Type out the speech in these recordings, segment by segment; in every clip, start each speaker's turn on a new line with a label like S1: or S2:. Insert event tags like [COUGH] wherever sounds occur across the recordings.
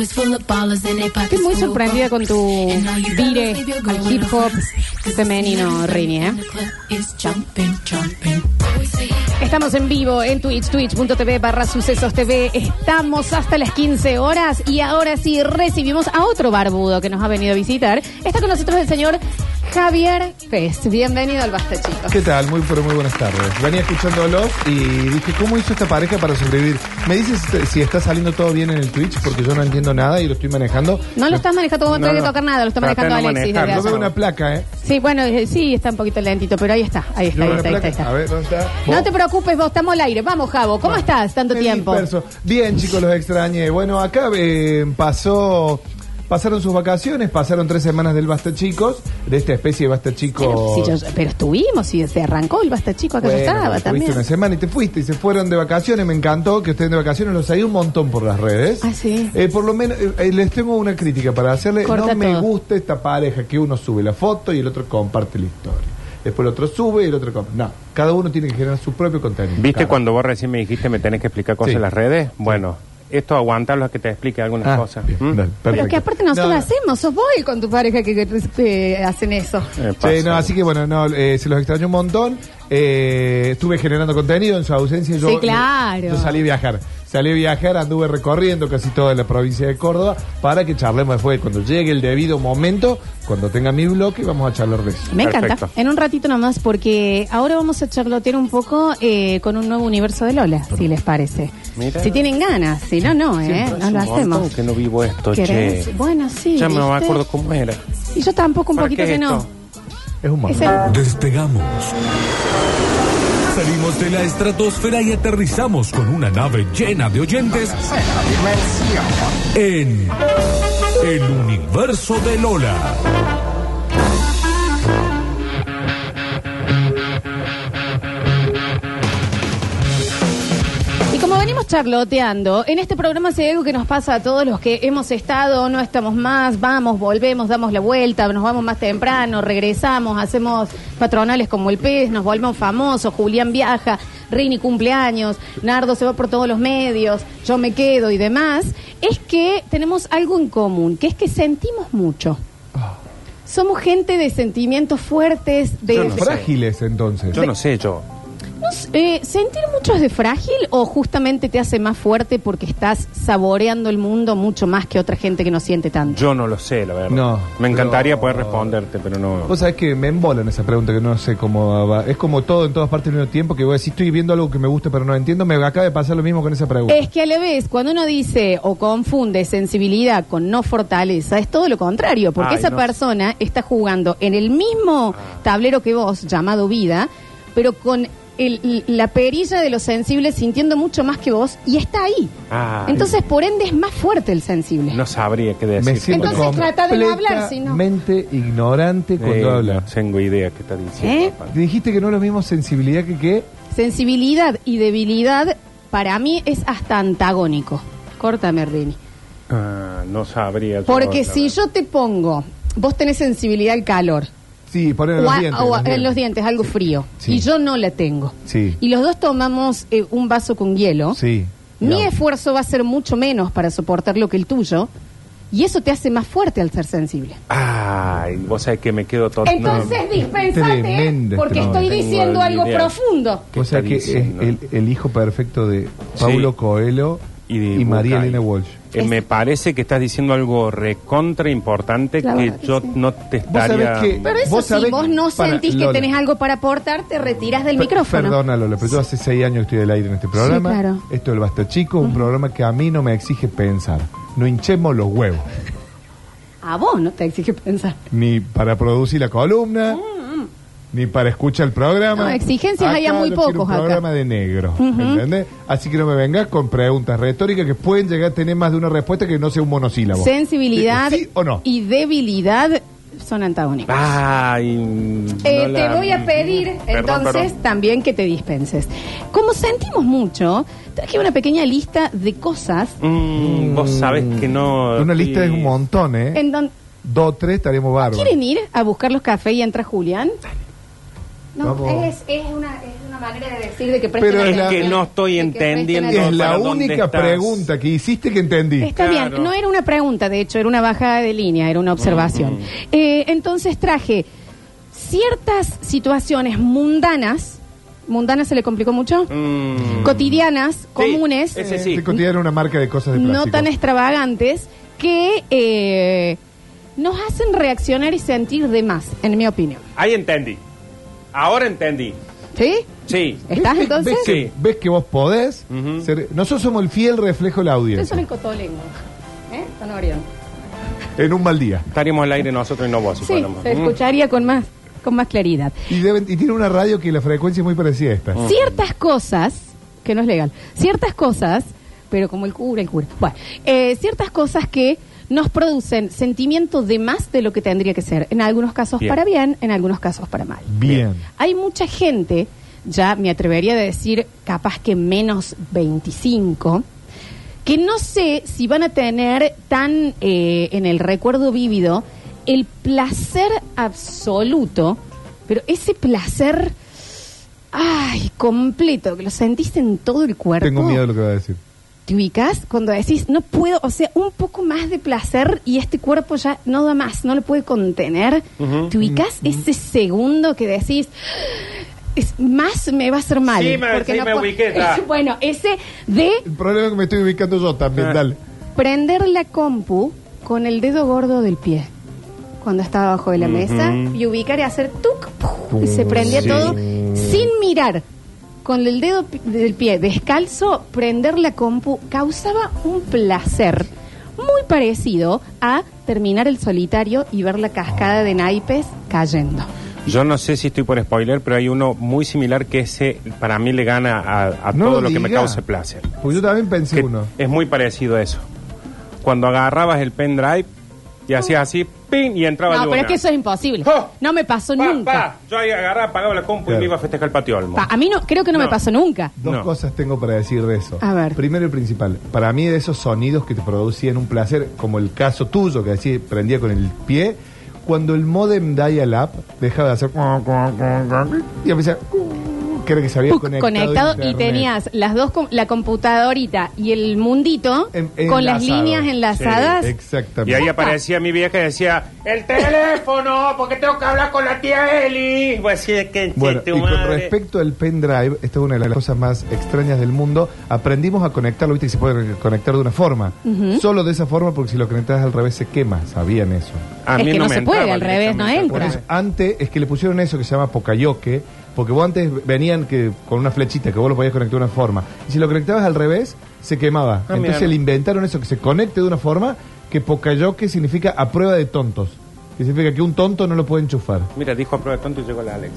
S1: Estoy muy sorprendida con tu vire al hip hop femenino, Rini. ¿eh? Estamos en vivo en Twitch, twitch.tv barra sucesos TV. Estamos hasta las 15 horas y ahora sí recibimos a otro barbudo que nos ha venido a visitar. Está con nosotros el señor Javier Pest. Bienvenido al Basta, chicos.
S2: ¿Qué tal? Muy, pero muy buenas tardes. Venía escuchándolos y dije, ¿cómo hizo esta pareja para sobrevivir? Me dices este, si está saliendo todo bien en el Twitch porque yo no entiendo nada y lo estoy manejando.
S1: No lo estás manejando, no,
S2: No,
S1: tenés que
S2: no.
S1: tocar nada, lo está
S3: Traté
S1: manejando
S3: de no
S1: Alexis.
S3: manejar,
S1: desde
S2: Yo
S3: no
S1: hace-
S2: veo una placa, ¿eh?
S1: Sí, bueno, eh, sí, está un poquito lentito, pero ahí está, ahí
S2: Yo
S1: está,
S2: veo
S1: ahí
S2: una
S1: está, ahí está.
S2: placa.
S1: ahí está.
S2: A ver, ¿dónde está?
S1: No
S2: Vos.
S1: te preocupes, vos estamos al aire. Vamos, Javo, ¿cómo estás? Tanto
S2: Me
S1: tiempo.
S2: disperso. Bien, chicos, los extrañé. Bueno, acá eh, pasó. Pasaron sus vacaciones, pasaron tres semanas del Basta Chicos, de esta especie de Basta
S1: Pero,
S2: Chicos.
S1: si yo- pero estuvimos y se arrancó el basta chico, acá yo
S2: Bueno,
S1: Ah, estaba
S2: estuviste
S1: también.
S2: una semana y te fuiste y se fueron de vacaciones. Me encantó que estén de vacaciones. Los hay un montón por las redes.
S1: Ah, sí.
S2: Eh, por lo menos eh, eh, les tengo una crítica para hacerle.
S1: Corta
S2: no me
S1: todo.
S2: gusta esta pareja que uno sube la foto y el otro comparte la historia. Después el otro sube y el otro comparte. No, cada uno tiene que generar su propio contenido.
S3: ¿Viste
S2: Cada-
S3: cuando vos recién me dijiste me tenés que explicar cosas
S2: Sí.
S3: en las redes? Bueno, esto aguantarlo a que te explique algunas
S2: Ah,
S3: cosas.
S2: bien,
S3: ¿Mm?
S2: dale,
S1: Pero
S2: perfecto.
S1: que aparte nosotros
S2: No, no.
S1: hacemos, sos vos el con tu pareja que, que- que hacen eso.
S3: Eh,
S2: Sí,
S3: pasa.
S2: no, así que bueno, no, eh, se los extrañó un montón. Eh, estuve generando contenido en su ausencia. Yo,
S1: Sí, claro.
S2: Yo salí a viajar. Salí a viajar, anduve recorriendo casi toda la provincia de Córdoba para que charlemos después. Cuando llegue el debido momento, cuando tenga mi bloque, vamos a charlar de eso.
S1: Me encanta.
S3: Perfecto.
S1: En un ratito nomás, porque ahora vamos a charlotear un poco eh, con un nuevo universo de Lola, si les parece.
S3: Mira.
S1: Si tienen ganas, si no, no, ¿eh?
S3: Siempre
S1: No
S3: hace
S1: lo
S3: un montón
S1: hacemos.
S3: que no vivo esto,
S1: ¿Querés?
S3: che.
S1: Bueno, sí.
S3: ya me
S1: ¿viste?
S3: acuerdo cómo era.
S1: Y yo tampoco, un
S3: ¿Para
S1: poquito
S3: qué
S1: que
S3: es
S1: no.
S3: esto?
S2: Es un
S1: Es
S2: momento.
S1: el-
S4: Despegamos. Salimos de la estratosfera y aterrizamos con una nave llena de oyentes en el universo de Lola.
S1: Y como venimos charloteando, en este programa si hay algo que nos pasa a todos los que hemos estado, no estamos más, vamos, volvemos, damos la vuelta, nos vamos más temprano, regresamos, hacemos patronales como el pez, nos volvemos famosos, Julián viaja, Rini cumpleaños, Nardo se va por todos los medios, yo me quedo y demás, es que tenemos algo en común, que es que sentimos mucho.
S3: Ah.
S1: Somos gente de sentimientos fuertes, de...
S3: Yo no sé.
S2: Frágiles, entonces.
S3: Yo no sé, yo.
S1: No sé, eh, ¿Sentir mucho es de frágil o justamente te hace más fuerte porque estás saboreando el mundo mucho más que otra gente que no siente tanto?
S3: Yo no lo sé, la verdad.
S2: No,
S3: Me encantaría
S2: pero-
S3: poder responderte, pero no.
S2: Vos sabés que me embolan esa pregunta que no sé cómo va. Es como todo en todas partes al mismo tiempo que voy a decir, estoy viendo algo que me gusta pero no entiendo. Me acaba de pasar lo mismo con esa pregunta.
S1: Es que a la vez, cuando uno dice o confunde sensibilidad con no fortaleza, es todo lo contrario, porque
S3: Ay,
S1: esa
S3: no. Ah.
S1: persona está jugando en el mismo tablero que vos, llamado vida, pero con el- la perilla de los sensibles sintiendo mucho más que vos y está ahí.
S3: Ay.
S1: Entonces, por ende, es más fuerte el sensible.
S3: No sabría qué decir.
S2: Me siento
S1: Entonces, trata de no hablar, si no.
S2: completamente ignorante cuando habla.
S3: no tengo idea qué está diciendo.
S1: ¿Eh?
S3: papá.
S2: Dijiste que no es lo mismo sensibilidad que qué.
S1: Sensibilidad y debilidad para mí es hasta antagónico. Córtame, Rini.
S3: Ah, no sabría. yo,
S1: Porque
S3: la
S1: si
S3: verdad.
S1: yo te pongo, vos tenés sensibilidad al calor.
S2: Sí, poner en
S1: o
S2: los
S1: a-
S2: dientes.
S1: o a- en los dientes, algo frío.
S2: Sí.
S1: Y yo no la tengo.
S2: Sí.
S1: Y los dos tomamos eh, un vaso con hielo.
S2: Sí.
S1: Mi
S2: Ya.
S1: esfuerzo va a ser mucho menos para soportarlo que el tuyo. Y eso te hace más fuerte al ser sensible.
S3: Ay, vos sabés que me quedo todo.
S1: Entonces dispensate,
S2: Tremendo
S1: porque
S2: este
S1: estoy
S2: momento.
S1: diciendo
S3: Tengo
S1: algo
S3: idea.
S1: profundo.
S3: ¿Qué
S2: O sea
S3: está
S2: que es
S3: diciendo?
S2: el, el hijo perfecto de
S3: Sí.
S2: Paulo Coelho
S3: y, de
S2: y, María
S3: Bucay.
S2: Elena Walsh.
S3: Eh, me parece que estás diciendo algo recontra importante
S1: La
S3: que
S1: verdad que
S3: yo
S1: sí.
S3: no te
S2: Vos sabés
S3: estaría.
S2: que-
S1: Pero eso
S2: Vos
S1: si
S2: sabés-
S1: vos no
S2: para,
S1: sentís que
S2: Lola.
S1: tenés algo para aportar, te retiras del
S2: Pe-
S1: micrófono.
S2: Perdona, Lola, pero yo hace seis años que estoy del aire en este programa.
S1: Sí, claro.
S2: Esto es el Basta Chico, un programa que a mí no me exige pensar. No hinchemos los huevos.
S1: A vos no te exige pensar.
S2: Ni para producir la columna, ni para escuchar el programa.
S1: Mm, No, exigencias
S2: Acá
S1: hay a muy
S2: yo quiero
S1: pocos
S2: un
S1: acá.
S2: programa de negro, ¿entendés? Así que no me vengas con preguntas retóricas que pueden llegar a tener más de una respuesta que no sea un monosílabo.
S1: Sensibilidad
S2: ¿Sí, sí o no?
S1: y debilidad son antagónicos.
S3: Ah, Ay.
S1: Eh,
S3: no
S1: te
S3: la-
S1: voy a pedir
S3: mm, Perdón,
S1: entonces
S3: perdón.
S1: también que te dispenses. Como sentimos mucho, traje una pequeña lista de cosas
S3: Mm, vos sabés que no.
S2: Una lista
S3: sí.
S2: es un montón, ¿eh?
S1: en donde
S2: Dos, tres estaríamos bárbaros.
S1: quieren ir a buscar los cafés y entra Julián. No,
S2: Vamos.
S1: es, es, una, es una manera de decir de que presten
S2: Pero es la-
S1: atención,
S2: Que
S3: no estoy
S1: de que presten
S3: entendiendo.
S2: Es
S1: atención.
S2: la
S3: para dónde
S2: única
S3: estás.
S2: pregunta que hiciste que entendí.
S1: Está
S3: Claro.
S1: bien, no era una pregunta, de hecho, era una bajada de línea, era una observación. Eh, entonces traje ciertas situaciones mundanas, mundanas se le complicó mucho,
S3: Mm.
S1: cotidianas, comunes, eh,
S3: ese sí.
S2: Se considera una marca de cosas de plástico.
S1: no tan extravagantes, que eh, nos hacen reaccionar y sentir de más, en mi opinión.
S3: Ahí entendí. Ahora entendí.
S1: ¿Sí?
S3: Sí.
S1: ¿Estás
S2: ¿Ves que-
S1: entonces?
S2: ¿Ves que,
S3: Sí.
S2: ves que vos podés?
S3: Ujú.
S2: ser- Nosotros somos el fiel reflejo de la
S1: Ustedes son
S2: audiencia.
S1: el cotolengo. ¿Eh? Don Orión.
S2: En un mal día.
S3: Estaríamos al aire nosotros y no vos. si
S1: Sí,
S3: fuéramos.
S1: se
S3: Mm.
S1: escucharía con más, con más claridad.
S2: Y, deben- y tiene una radio que la frecuencia es muy parecida a esta.
S1: Ciertas cosas, que no es legal, ciertas cosas, pero como el cura, el cura. Bueno, eh, ciertas cosas que nos producen sentimientos de más de lo que tendría que ser. En algunos casos
S3: Bien.
S1: para bien, en algunos casos para mal.
S2: Bien.
S1: Hay mucha gente, ya me atrevería a decir capaz que menos 25, que no sé si van a tener tan eh, en el recuerdo vívido el placer absoluto, pero ese placer, ay, completo, que lo sentiste en todo el cuerpo.
S2: Tengo miedo de lo que va a decir.
S1: ¿Te ubicas? Cuando decís, no puedo, o sea, un poco más de placer y este cuerpo ya no da más, no lo puede contener.
S3: Ujú.
S1: ¿Te ubicas? Ese segundo que decís, "Ah, es, más me va a hacer mal.
S3: Sí, me- sí,
S1: no
S3: me
S1: puedo- [LAUGHS]
S3: ubiqué, ya.
S1: Bueno, ese de
S2: El problema es que me estoy ubicando yo también,
S3: Ah.
S2: dale.
S1: prender la compu con el dedo gordo del pie cuando estaba abajo de la
S3: Ujú.
S1: mesa y ubicar y hacer tuc, puf, y se
S2: Tum,
S1: prendía
S3: sí.
S1: todo sin mirar. Con el dedo pi- del pie descalzo, prender la compu causaba un placer muy parecido a terminar el solitario y ver la cascada de naipes cayendo.
S3: Yo no sé si estoy por spoiler, pero hay uno muy similar que ese para mí le gana a, a
S2: No
S3: todo
S2: lo
S3: lo, que me
S2: diga.
S3: cause placer.
S2: Porque yo también pensé
S3: Que
S2: uno.
S3: es muy parecido a eso. Cuando agarrabas el pendrive y hacías así, ¡pin! y entraba
S1: No,
S3: de
S1: pero
S3: una.
S1: es que eso es imposible.
S3: ¡Oh!
S1: No me pasó
S3: Pa,
S1: nunca.
S3: pa. Yo ahí agarraba, apagaba la compu
S2: Claro.
S3: y me iba a festejar el patio Olmo.
S1: Pa, a mí no, creo que no, me
S3: No.
S1: pasó nunca.
S2: Dos
S3: No.
S2: cosas tengo para decir de eso.
S1: A ver.
S2: Primero y principal, para mí de esos sonidos que te producían un placer, como el caso tuyo que decís, prendía con el pie, cuando el modem dial up dejaba de hacer y empezaba que era que se había
S1: Puc,
S2: conectado,
S1: conectado,
S2: a
S1: y
S2: internet.
S1: tenías las dos com- la computadorita y el mundito
S2: En-
S1: con
S2: enlazado.
S1: las líneas enlazadas.
S3: Y
S2: Exactamente.
S3: ahí aparecía mi vieja y decía, ¡el teléfono! Porque tengo que hablar con la tía Eli. Pues sí, es que
S2: Bueno,
S3: sí,
S2: y
S3: tu
S2: con
S3: madre.
S2: respecto al pendrive, esta es una de las cosas más extrañas del mundo. Aprendimos a conectarlo, viste, y se puede conectar de una forma. Solo de esa forma, porque si lo conectas al revés se quema. Sabían eso.
S3: A
S1: Es
S3: mí
S1: que no se puede,
S3: entraba
S1: al revés, no
S3: directamente.
S2: Por
S1: entra.
S2: eso, antes es que le pusieron eso que se llama pocayoque, porque vos antes venían que con una flechita que vos lo podías conectar de una forma. Y si lo conectabas al revés, se quemaba.
S3: Ah,
S2: Entonces
S3: mira.
S2: le inventaron eso, que se conecte de una forma que pocayoque significa a prueba de tontos. Que significa que un tonto no lo puede enchufar.
S3: Mira, dijo a prueba de tonto y llegó la Alex.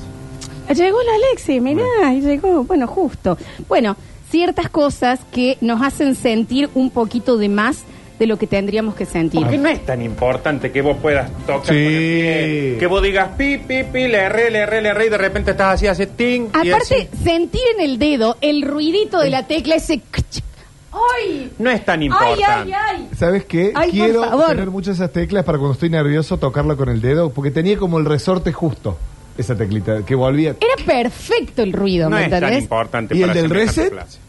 S1: Ah, Llegó la Alexi, mirá, y llegó, bueno, justo. Bueno, ciertas cosas que nos hacen sentir un poquito de más de lo que tendríamos que sentir.
S3: Porque no es tan importante que vos puedas tocar con el
S2: Sí.
S3: pie, que vos digas pi, pi, pi, le erré, le erré, le erré, y de repente estás así, hace ting. y
S1: Aparte,
S3: así.
S1: sentir en el dedo el ruidito de la tecla, ese... kch- ¡Ay!
S3: no es tan
S1: ¡Ay,
S3: importante.
S1: ay, ay!
S2: ¿Sabes qué?
S1: Ay, por
S2: Quiero
S1: favor.
S2: tener muchas esas teclas para cuando estoy nervioso tocarla con el dedo, porque tenía como el resorte justo, esa teclita, que volvía.
S1: Era perfecto el ruido,
S3: No
S1: ¿me
S3: es tan
S1: entendés?
S3: importante.
S2: ¿Y el
S3: para
S2: del
S3: semejante
S2: reset?
S3: clase.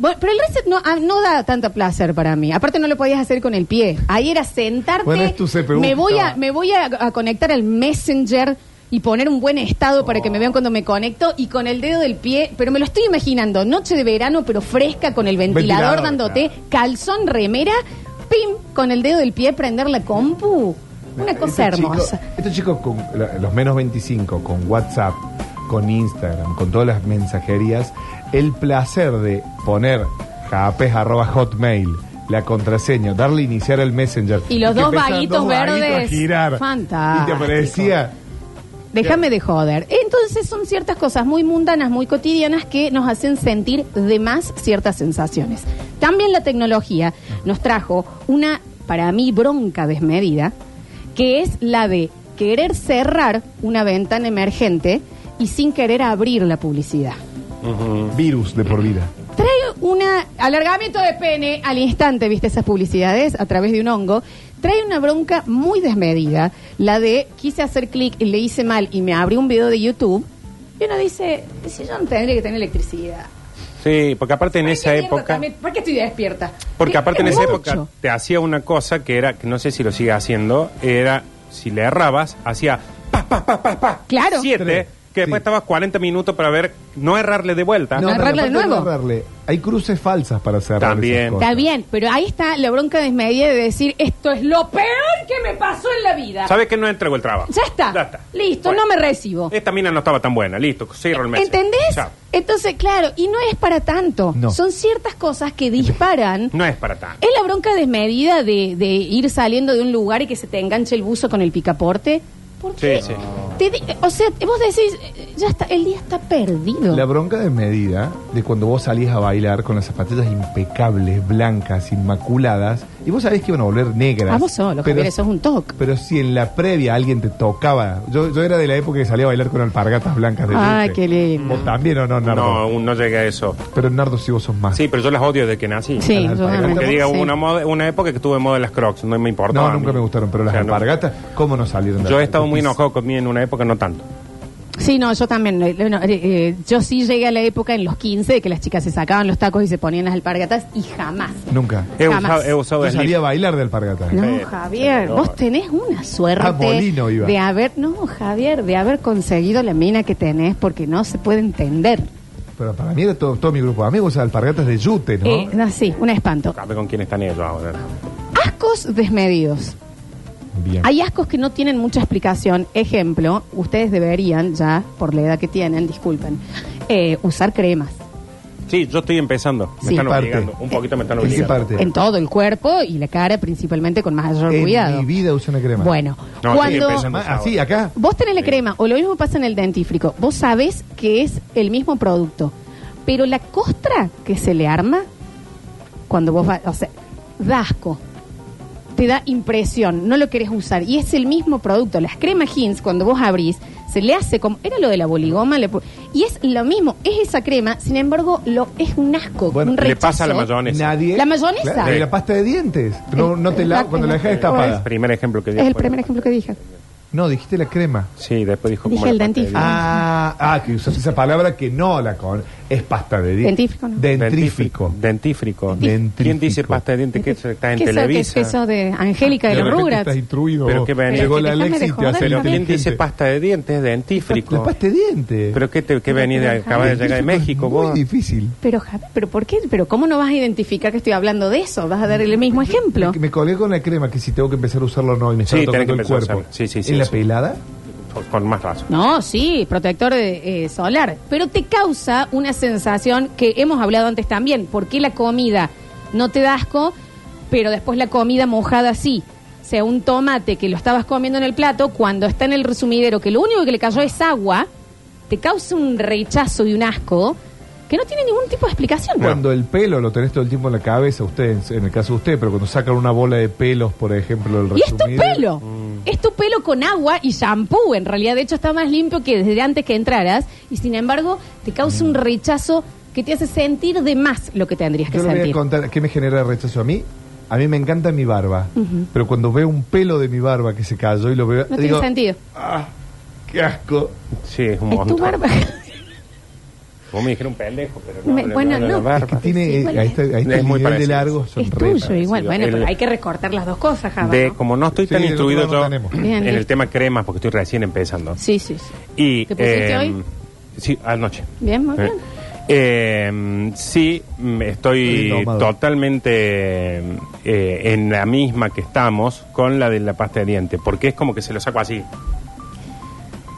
S1: Bueno, pero el reset no, ah, no da tanto placer para mí. Aparte no lo podías hacer con el pie. Ahí era sentarte.
S2: Bueno, es tu CPU
S1: me
S2: que
S1: voy a,
S2: estaba.
S1: me voy a, a conectar al Messenger y poner un buen estado para
S2: Oh.
S1: que me vean cuando me conecto y con el dedo del pie, pero me lo estoy imaginando, noche de verano pero fresca con el ventilador,
S2: Ventilador,
S1: dándote calzón, remera, pim, con el dedo del pie prender la compu. Una
S2: Este
S1: cosa
S2: Estos chicos-
S1: hermosa.
S2: estos chicos este con la- los menos 25, con WhatsApp, con Instagram, con todas las mensajerías, el placer de poner japes arroba hotmail, la contraseña, darle a iniciar el messenger.
S1: Y los
S2: que
S1: dos
S2: empiezan
S1: vaguitos
S2: dos vaguitos
S1: verdes.
S2: A girar.
S1: Fantástico.
S2: Y te aparecía.
S1: Déjame de joder. Entonces son ciertas cosas muy mundanas, muy cotidianas que nos hacen sentir de más ciertas sensaciones. También la tecnología nos trajo una, para mí, bronca desmedida, que es la de querer cerrar una ventana emergente y sin querer abrir la publicidad.
S2: Virus de por vida.
S1: Trae un alargamiento de pene al instante, viste esas publicidades a través de un hongo. Trae una bronca muy desmedida, la de quise hacer clic y le hice mal y me abrió un video de YouTube Y uno dice, si yo no tendría que tener electricidad.
S3: Sí, porque aparte en
S1: Ay, qué
S3: esa
S1: mierda,
S3: época.
S1: también, ¿Por qué estoy despierta?
S3: Porque
S1: Es-
S3: aparte en
S1: es
S3: esa
S1: mucho.
S3: época te hacía una cosa que era, que no sé si lo sigue haciendo, era, si le errabas, hacía pa, pa, pa, pa, pa.
S1: Claro.
S2: Tres.
S3: Siete, que después
S2: Sí.
S3: estabas 40 minutos para ver, no errarle de vuelta.
S1: No. Narrarla
S2: pero
S1: de
S2: aparte
S1: nuevo.
S2: narrarle, Hay cruces falsas para cerrar. esas
S3: También.
S2: cosas.
S1: Está bien, pero ahí está la bronca desmedida de decir, esto es lo peor que me pasó en la vida.
S3: ¿Sabes que no entregó el trabajo?
S1: Ya está.
S3: Ya está.
S1: Listo,
S3: Bueno. Eh,
S1: no me recibo.
S3: Esta mina no estaba tan buena, listo, cierro el mes.
S1: ¿Entendés?
S3: Chao.
S1: Entonces, claro, y no es para tanto.
S2: No.
S1: Son ciertas cosas
S2: [LAUGHS]
S1: que disparan.
S3: No es para tanto.
S1: ¿Es la bronca desmedida de, de ir saliendo de un lugar y que se te enganche el buzo con el picaporte? ¿Por
S3: Sí,
S1: qué?
S3: sí.
S1: Te di- o sea, vos decís, eh, ya está, el día está perdido.
S2: La bronca de medida de cuando vos salís a bailar con las zapatillas impecables, blancas, inmaculadas, y vos sabés que iban a volver negras.
S1: Vamos solo,
S2: pero,
S1: Javier, eso es un toque.
S2: pero si en la previa alguien te tocaba, yo, yo era de la época que salía a bailar con alpargatas blancas de
S1: Ay,
S2: dulce.
S1: qué lindo.
S2: Vos también o no, Nardo.
S3: No, aún no llegué a eso.
S2: Pero Nardo, si vos sos más.
S3: Sí, pero yo las odio desde que nací.
S1: Sí,
S2: Las
S1: yo
S2: alpargatas.
S1: también.
S3: Como que diga,
S1: Ah, Sí.
S3: hubo una, moda- una época que tuve moda de las crocs, no me importa.
S2: no, nunca me gustaron, pero las alpargatas, ¿cómo no salieron? de
S3: Yo he
S2: las-
S3: estado muy
S2: de-
S3: enojado conmigo en una época, no tanto.
S1: Sí, no, yo también. eh, no, eh, eh, yo sí llegué a la época en los 15 de que las chicas se sacaban los tacos y se ponían las alpargatas y jamás.
S2: Nunca.
S3: He
S1: Jamás.
S3: usado, he usado
S2: Yo
S3: slip.
S2: salía a bailar de alpargatas.
S1: No,
S3: Eh,
S1: Javier,
S3: no.
S1: vos tenés una suerte
S2: Ah, Molino iba.
S1: de haber, no, Javier, de haber conseguido la mina que tenés porque no se puede entender.
S2: Pero para mí era todo, todo mi grupo de amigos, alpargatas de yute, ¿no?
S1: Eh, no, sí, un espanto.
S3: A ver con quién están ellos ahora.
S1: Ascos desmedidos.
S2: Bien.
S1: Hay ascos que no tienen mucha explicación. Ejemplo, ustedes deberían ya, por la edad que tienen, disculpen, eh, usar cremas
S3: Sí, yo estoy empezando. Me
S1: Sí.
S3: están
S2: Parte.
S3: obligando. Un poquito me están
S2: ¿En qué
S3: obligando.
S2: parte? Sí.
S1: en todo el cuerpo y la cara principalmente con mayor
S2: en
S1: cuidado.
S2: mi vida usé una crema.
S1: Bueno,
S3: No, estoy
S1: cuando
S3: empezando.
S2: Ma- Así, acá.
S1: vos tenés la crema o lo mismo pasa en el dentífrico, vos sabés que es el mismo producto, pero la costra que se le arma cuando vos vas, o sea, da asco. Te da impresión, no lo querés usar. Y es el mismo producto. Las cremas Hins, cuando vos abrís, se le hace como. Era lo de la boligoma. le pu- y es lo mismo. Es esa crema, sin embargo, lo es un asco.
S2: Bueno,
S1: un
S3: Le pasa a la
S1: rechazo.
S3: mayonesa.
S2: Nadie.
S1: La mayonesa.
S2: Claro, y la pasta de dientes. No, no te la,
S1: Exacto.
S2: cuando la dejas
S3: Es
S2: destapada.
S3: el primer ejemplo que
S1: Es
S3: dio.
S1: el
S3: fue-
S1: primer ejemplo que dije.
S2: No, dijiste la crema.
S3: Sí, después dijo.
S1: Dije
S3: como
S1: el
S3: la parte de-
S1: dentífrico.
S2: Ah, ah, que usas esa palabra que no la con. Es pasta de dientes.
S1: Dentífrico, ¿no?
S2: Dentrífico.
S3: Dentífrico.
S2: Dentífrico.
S3: ¿Quién dice pasta de dientes? Que eso está en
S1: ¿Qué eso- qué
S3: Televisa. Ah,
S1: es eso de Angélica de,
S2: De
S1: los
S2: repente
S1: Rugrats?
S2: estás instruido.
S3: Pero
S2: vos.
S3: que venía.
S2: Llegó
S1: Pero
S2: la
S1: déjame de
S2: Alexis y te
S1: joder,
S2: hace
S3: Pero ¿quién
S2: inteligente.
S3: dice pasta de dientes?
S2: La
S3: Dentífrico.
S2: pasta de dientes.
S3: ¿Pero qué, te, qué venís de
S1: Pero,
S3: acabar de llegar de México
S2: Es
S3: vos?
S2: Muy difícil.
S1: Pero, Javi, ¿pero por qué? ¿Pero cómo no vas a identificar que estoy hablando de eso? ¿Vas a dar el mismo ejemplo?
S2: Me colgué con la crema que si tengo que empezar a usarlo o no y me está
S3: Sí, tenés
S2: tocando
S3: que
S2: el
S3: empezar a
S2: cuerpo.
S3: usarlo. Sí, sí, sí,
S2: ¿En la
S3: sí.
S2: pelada?
S3: Con más razón.
S1: No, sí, protector eh, solar. Pero te causa una sensación que hemos hablado antes también. ¿Por qué la comida no te da asco, pero después la comida mojada sí? O sea, un tomate que lo estabas comiendo en el plato, cuando está en el resumidero, que lo único que le cayó es agua, te causa un rechazo y un asco que no tiene ningún tipo de explicación.
S2: Cuando el pelo lo tenés todo el tiempo en la cabeza, usted, en- en el caso de usted, pero cuando sacan una bola de pelos, por ejemplo, el
S1: Y es tu
S2: resumido,
S1: pelo. Es tu pelo con agua y shampoo. En realidad, de hecho, está más limpio que desde antes que entraras. Y sin embargo, te causa un rechazo que te hace sentir de más lo que tendrías que
S2: Yo le voy a
S1: sentir.
S2: contar qué me genera rechazo a mí. A mí me encanta mi barba, pero cuando veo un pelo de mi barba que se cayó y lo veo,
S1: No tiene
S2: digo,
S1: sentido.
S2: ah, qué asco.
S3: Sí, es un
S1: Es tu
S3: montón.
S1: barba.
S3: Vos me dijeron pendejo, pero
S1: Me-
S3: no.
S1: bueno, no.
S3: Bueno, no.
S2: Es que tiene,
S1: Sí, igual
S2: ahí
S1: es.
S2: está, ahí está
S3: Es
S2: el nivel
S3: muy
S2: de
S3: parecido.
S2: largo, son
S1: [LAUGHS] Es
S2: re
S1: tuyo
S2: parecidos.
S1: igual. Bueno,
S3: El-
S1: pero hay que recortar las dos cosas, Java.
S3: De,
S1: ¿no?
S3: como no estoy
S2: Sí,
S3: tan
S2: de otro
S3: instruido
S2: lado
S3: yo
S2: no tenemos.
S1: Bien,
S3: en
S1: bien.
S3: el tema cremas, porque estoy recién empezando.
S1: Sí, sí, sí.
S3: Y, eh,
S1: ¿Te pusiste hoy?
S3: Sí, anoche.
S1: Bien, muy bien.
S3: Eh, em, sí, mm, estoy
S2: Estoy tomado.
S3: totalmente em, eh, en la misma que estamos con la de la pasta de dientes, porque es como que se lo saco así.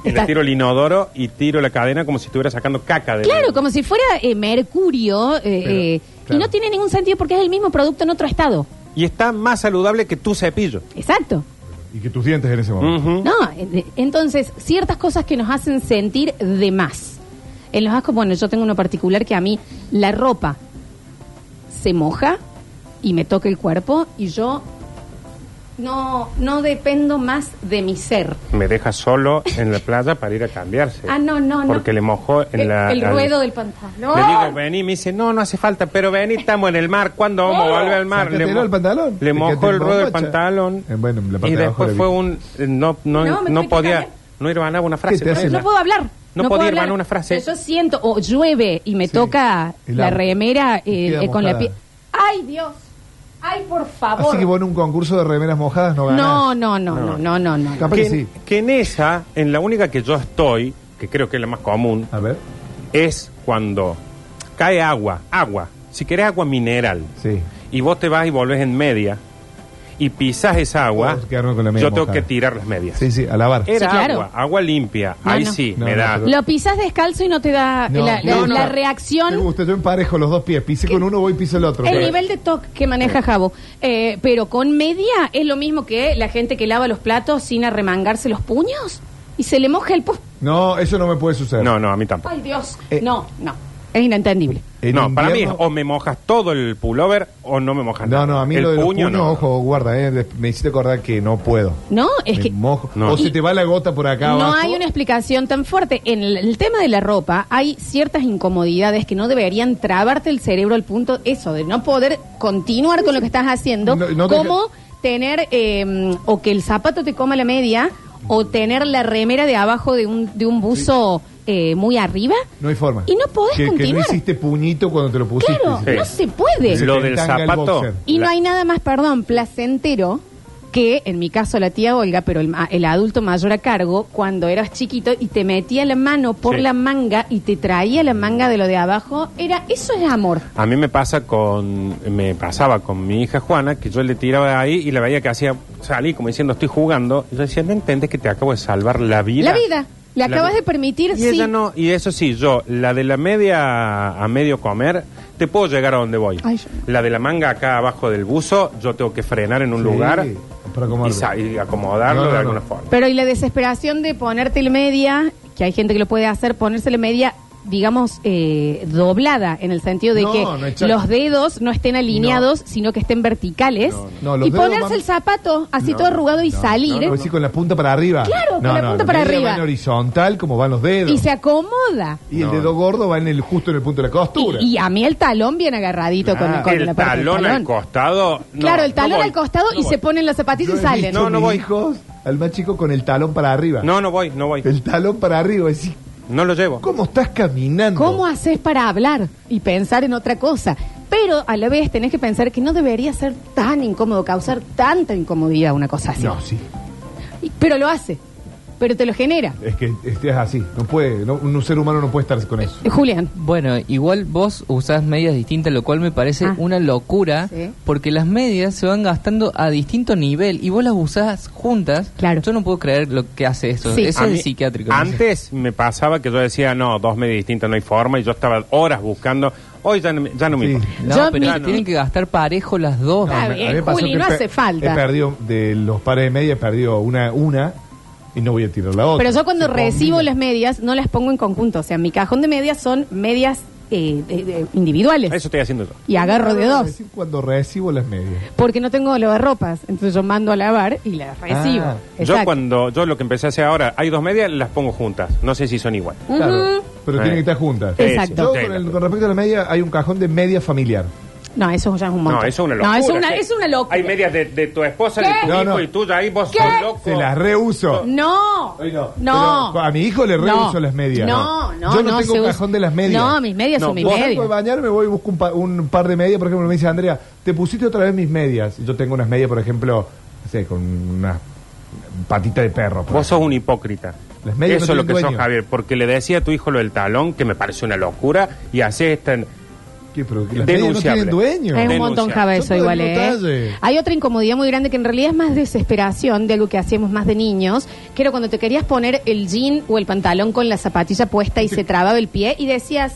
S3: Y
S1: Está-
S3: le tiro el inodoro y tiro la cadena como si estuviera sacando caca de
S1: Claro, como si fuera eh, mercurio. eh, eh,
S2: claro.
S1: Y no tiene ningún sentido porque es el mismo producto en otro estado.
S3: Y está más saludable que tu cepillo.
S1: Exacto.
S2: Y que tus dientes en ese momento.
S3: Ujú.
S1: No, en- entonces, ciertas cosas que nos hacen sentir de más. En los ascos, bueno, yo tengo uno particular que a mí la ropa se moja y me toca el cuerpo y yo no, no dependo más de mi ser.
S3: Me deja solo en la playa para ir a cambiarse.
S1: Ah, no, no, no.
S3: Porque le mojó en
S1: el,
S3: la.
S1: el
S3: al-
S1: ruedo ¡Oh! del pantalón.
S3: Le digo, vení, me dice, no, no hace falta, pero vení, estamos en el mar. ¿Cuándo vamos a volver al mar?
S2: Sácatelo
S3: mo-
S2: el pantalón.
S3: Le
S2: Te
S3: mojó
S2: quedaste
S3: el ruedo del
S2: bombacha.
S3: pantalón.
S2: Eh, bueno, en la parte
S3: y
S2: de abajo
S3: después
S2: la
S3: fue
S2: vi.
S3: un. eh, No,
S1: No,
S3: no, no,
S1: me tuve que
S3: podía.
S1: cambiar.
S3: No iba a una
S2: ¿Qué te
S3: frase.
S2: hacen?
S1: No puedo hablar.
S3: No,
S1: puedo
S3: podía ir
S1: hablar.
S3: hermano, una frase.
S1: Si Yo siento, o llueve y me
S2: Sí.
S1: toca
S2: Y
S1: la,
S2: la-
S1: remera
S2: y
S1: eh,
S2: queda
S1: eh, con la piel.
S2: mojada.
S1: ¡Ay, Dios! ¡Ay, por favor!
S2: Así que vos en un concurso de remeras mojadas no ganás.
S1: no, no, no, no, no, no, no.
S2: Capaz
S3: que,
S2: que sí.
S3: que en esa, en la única que yo estoy, que creo que es la más común,
S2: A ver.
S3: es cuando cae agua, agua, si querés agua mineral,
S2: Sí.
S3: y vos te vas y volvés en media, y pisás esa agua,
S2: Todos quedaron con la media
S3: yo tengo
S2: mojada.
S3: que tirar las medias.
S2: Sí, sí, a lavar.
S3: Era
S1: Sí, claro.
S3: agua, agua limpia,
S1: No,
S3: ahí
S1: no.
S3: sí,
S2: No,
S3: me
S2: no,
S3: da...
S2: pero-
S1: Lo pisás descalzo y no te da
S2: No,
S1: Eh, la, la-
S3: no, no.
S1: la
S2: Me
S1: reacción.
S2: gusta, yo emparejo los dos pies. Pisé con uno, voy y piso el otro.
S1: El nivel de toque que maneja Jabo. Eh, pero con media es lo mismo que la gente que lava los platos sin arremangarse los puños y se le moja el pu.
S2: No, eso no me puede suceder.
S3: No, no, a mí tampoco.
S1: ¡Ay, Dios!
S2: Eh.
S1: No, no. Es inentendible.
S2: En
S3: no, para mí es
S2: invierno-
S3: o me mojas todo el pullover o no me mojas
S2: No,
S3: nada.
S2: no, a mí
S3: el
S2: lo de los
S3: puño
S2: puños,
S3: no.
S2: ojo, guarda, eh, de- me hiciste acordar que no puedo.
S1: No, es
S2: Me
S1: que.
S2: mojo.
S3: No.
S2: O
S1: Y-
S2: se te va la gota por acá
S1: No
S2: abajo.
S1: hay una explicación tan fuerte. En el, el tema de la ropa hay ciertas incomodidades que no deberían trabarte el cerebro al punto eso de no poder continuar con lo que estás haciendo,
S2: No, no te-
S1: como tener eh, o que el zapato te coma la media o tener la remera de abajo de un, de un buzo eh, muy arriba.
S2: No hay forma.
S1: Y no podés
S2: que, Que no
S1: continuar.
S2: hiciste puñito cuando te lo pusiste.
S1: Claro,
S3: Sí.
S1: no se puede.
S2: Se
S3: Lo
S2: te
S3: del
S2: entanga el
S3: zapato.
S2: boxer.
S1: Y no
S3: La-
S1: hay nada más, perdón, placentero que, en mi caso, la tía Olga, pero el, ma- el adulto mayor a cargo, cuando eras chiquito y te metía la mano por
S3: Sí.
S1: la manga y te traía la manga de lo de abajo, era eso es amor.
S3: A mí me pasa con me pasaba con mi hija Juana que yo le tiraba ahí y la veía que hacía salí como diciendo estoy jugando y yo decía no entendés que te acabo de salvar la vida
S1: la vida, le
S3: La
S1: acabas
S3: vi-
S1: de permitir,
S3: y
S1: sí.
S3: ella no y eso sí yo la de la media a medio comer te puedo llegar a donde voy
S1: Ay, yo-
S3: la de la manga acá abajo del buzo yo tengo que frenar en un
S2: Sí,
S3: lugar
S2: para acomodarlo.
S3: y, sa- y acomodarlo
S2: No, no,
S3: de
S2: no.
S3: alguna forma
S1: Pero y la desesperación de ponerte la media, que hay gente que lo puede hacer, ponerse la media digamos eh, doblada en el sentido de
S2: No,
S1: que
S2: no, exacto.
S1: los dedos no estén alineados sino que estén verticales
S2: no. No, los
S1: y
S2: dedos
S1: ponerse
S2: van-
S1: el zapato así
S3: No,
S1: todo arrugado y
S2: No,
S1: salir
S2: no, no, sí, con la punta para arriba.
S1: Claro, con la punta para
S2: media
S1: arriba.
S2: va en horizontal, como van los dedos.
S1: y se acomoda
S2: Y el dedo gordo va en el justo en el punto de la
S1: y,
S2: costura.
S1: y a mí el talón bien agarradito con-
S2: Claro.
S1: con, la
S3: Ah, el
S1: parte del
S3: talón al
S1: talón.
S3: costado no,
S1: claro el
S3: no
S1: talón
S3: voy,
S1: al costado
S3: no
S1: y
S3: voy.
S1: se ponen los zapatitos
S2: Yo
S1: y
S2: he
S1: salen
S2: visto
S3: No, no
S2: mis
S3: voy.
S2: hijos al más chico con el talón para arriba.
S3: no no voy no voy
S2: El talón para arriba. Decís,
S3: no lo llevo
S2: ¿cómo estás caminando?
S1: ¿Cómo haces para hablar y pensar en otra cosa? Pero a la vez tenés que pensar que no debería ser tan incómodo, causar tanta incomodidad una cosa así.
S2: No, sí.
S1: Y- Pero lo hace, pero te lo genera.
S2: Es que este es así. No puede, no- un ser humano no puede estar con eso.
S1: Eh, Julián,
S5: Bueno, igual vos usás medias distintas, lo cual me parece
S1: Ah.
S5: una locura,
S1: Sí.
S5: porque las medias se van gastando a distinto nivel y vos las usás juntas.
S1: Claro.
S5: Yo no puedo creer lo que hace eso.
S1: Sí.
S5: Eso
S3: A
S5: es
S3: mí-
S5: psiquiátrico.
S3: Antes me pasaba que yo decía, no, dos medias distintas no hay forma, y yo estaba horas buscando. Hoy ya no, me- ya no me
S2: Sí.
S3: importa.
S5: No,
S1: Yo
S5: pero
S1: mi-
S5: se tienen que gastar parejo las dos.
S1: Está
S2: A mí- a mí
S1: bien,
S2: me pasó
S1: Juli,
S2: que
S1: no
S2: pe-
S1: hace falta.
S2: He perdido de los pares de media, he perdido una, una y no voy a tirar la otra.
S1: pero yo cuando
S2: Se
S1: recibo
S2: combina.
S1: las medias no las pongo en conjunto, o sea, mi cajón de medias son medias eh, de- de- individuales
S3: Eso estoy haciendo yo.
S1: y agarro de
S2: No, no, no,
S1: dos.
S2: decir Cuando recibo las medias.
S1: Porque no tengo lavarropas, entonces yo mando a lavar y las recibo.
S2: Ah.
S1: Exacto.
S3: Yo cuando yo lo que empecé a hacer ahora, hay dos medias, las pongo juntas. No sé si son igual.
S1: Ujú.
S2: Claro. Pero
S3: Eh.
S2: tienen que estar juntas.
S1: Eh, Exacto.
S2: Yo,
S3: Sí, sí,
S2: con, el-
S3: no.
S2: con respecto a la media, hay un cajón de media familiar.
S1: No, eso ya es un montón.
S3: No, eso es una locura.
S1: No, eso es una,
S3: Sí.
S1: es una locura.
S3: Hay medias de, de tu esposa, de
S1: ¿Qué?
S3: tu
S2: No,
S3: hijo
S2: no.
S3: y tuya, ahí vos
S1: ¿Qué?
S3: sos loco.
S2: Se las reuso.
S1: No.
S2: Ay, no.
S1: No.
S2: Pero a mi hijo le reuso las medias.
S1: No, no,
S2: Yo no tengo
S1: se
S2: un
S1: usa-
S2: cajón de las medias.
S1: No, mis medias
S3: No,
S1: son mis
S3: vos-
S2: Salgo de
S1: medias.
S2: bañar, me voy y busco un, pa- un par de medias. Por ejemplo, me dice Andrea, te pusiste otra vez mis medias. Yo tengo unas medias, por ejemplo, no sé, con una patita de perro. por
S3: Vos sos
S2: ejemplo.
S3: un hipócrita.
S2: Las medias
S3: Eso
S2: no
S3: es lo que
S2: tienen
S3: sos,
S2: dueño.
S3: Javier, porque le decía a tu hijo lo del talón, que me parece una locura, y haces esta...
S2: ¿Qué, pero que las medias no
S3: Denunciable.
S2: tienen dueño.
S1: Es un
S3: Denuncia.
S1: montón java
S2: Son
S1: eso
S2: todo el
S1: igual,
S2: mismo
S1: ¿eh?
S2: talle.
S1: Hay otra incomodidad muy grande que en realidad es más desesperación de algo que hacíamos más de niños, que era cuando te querías poner el jean o el pantalón con la zapatilla puesta y se trababa el pie y decías,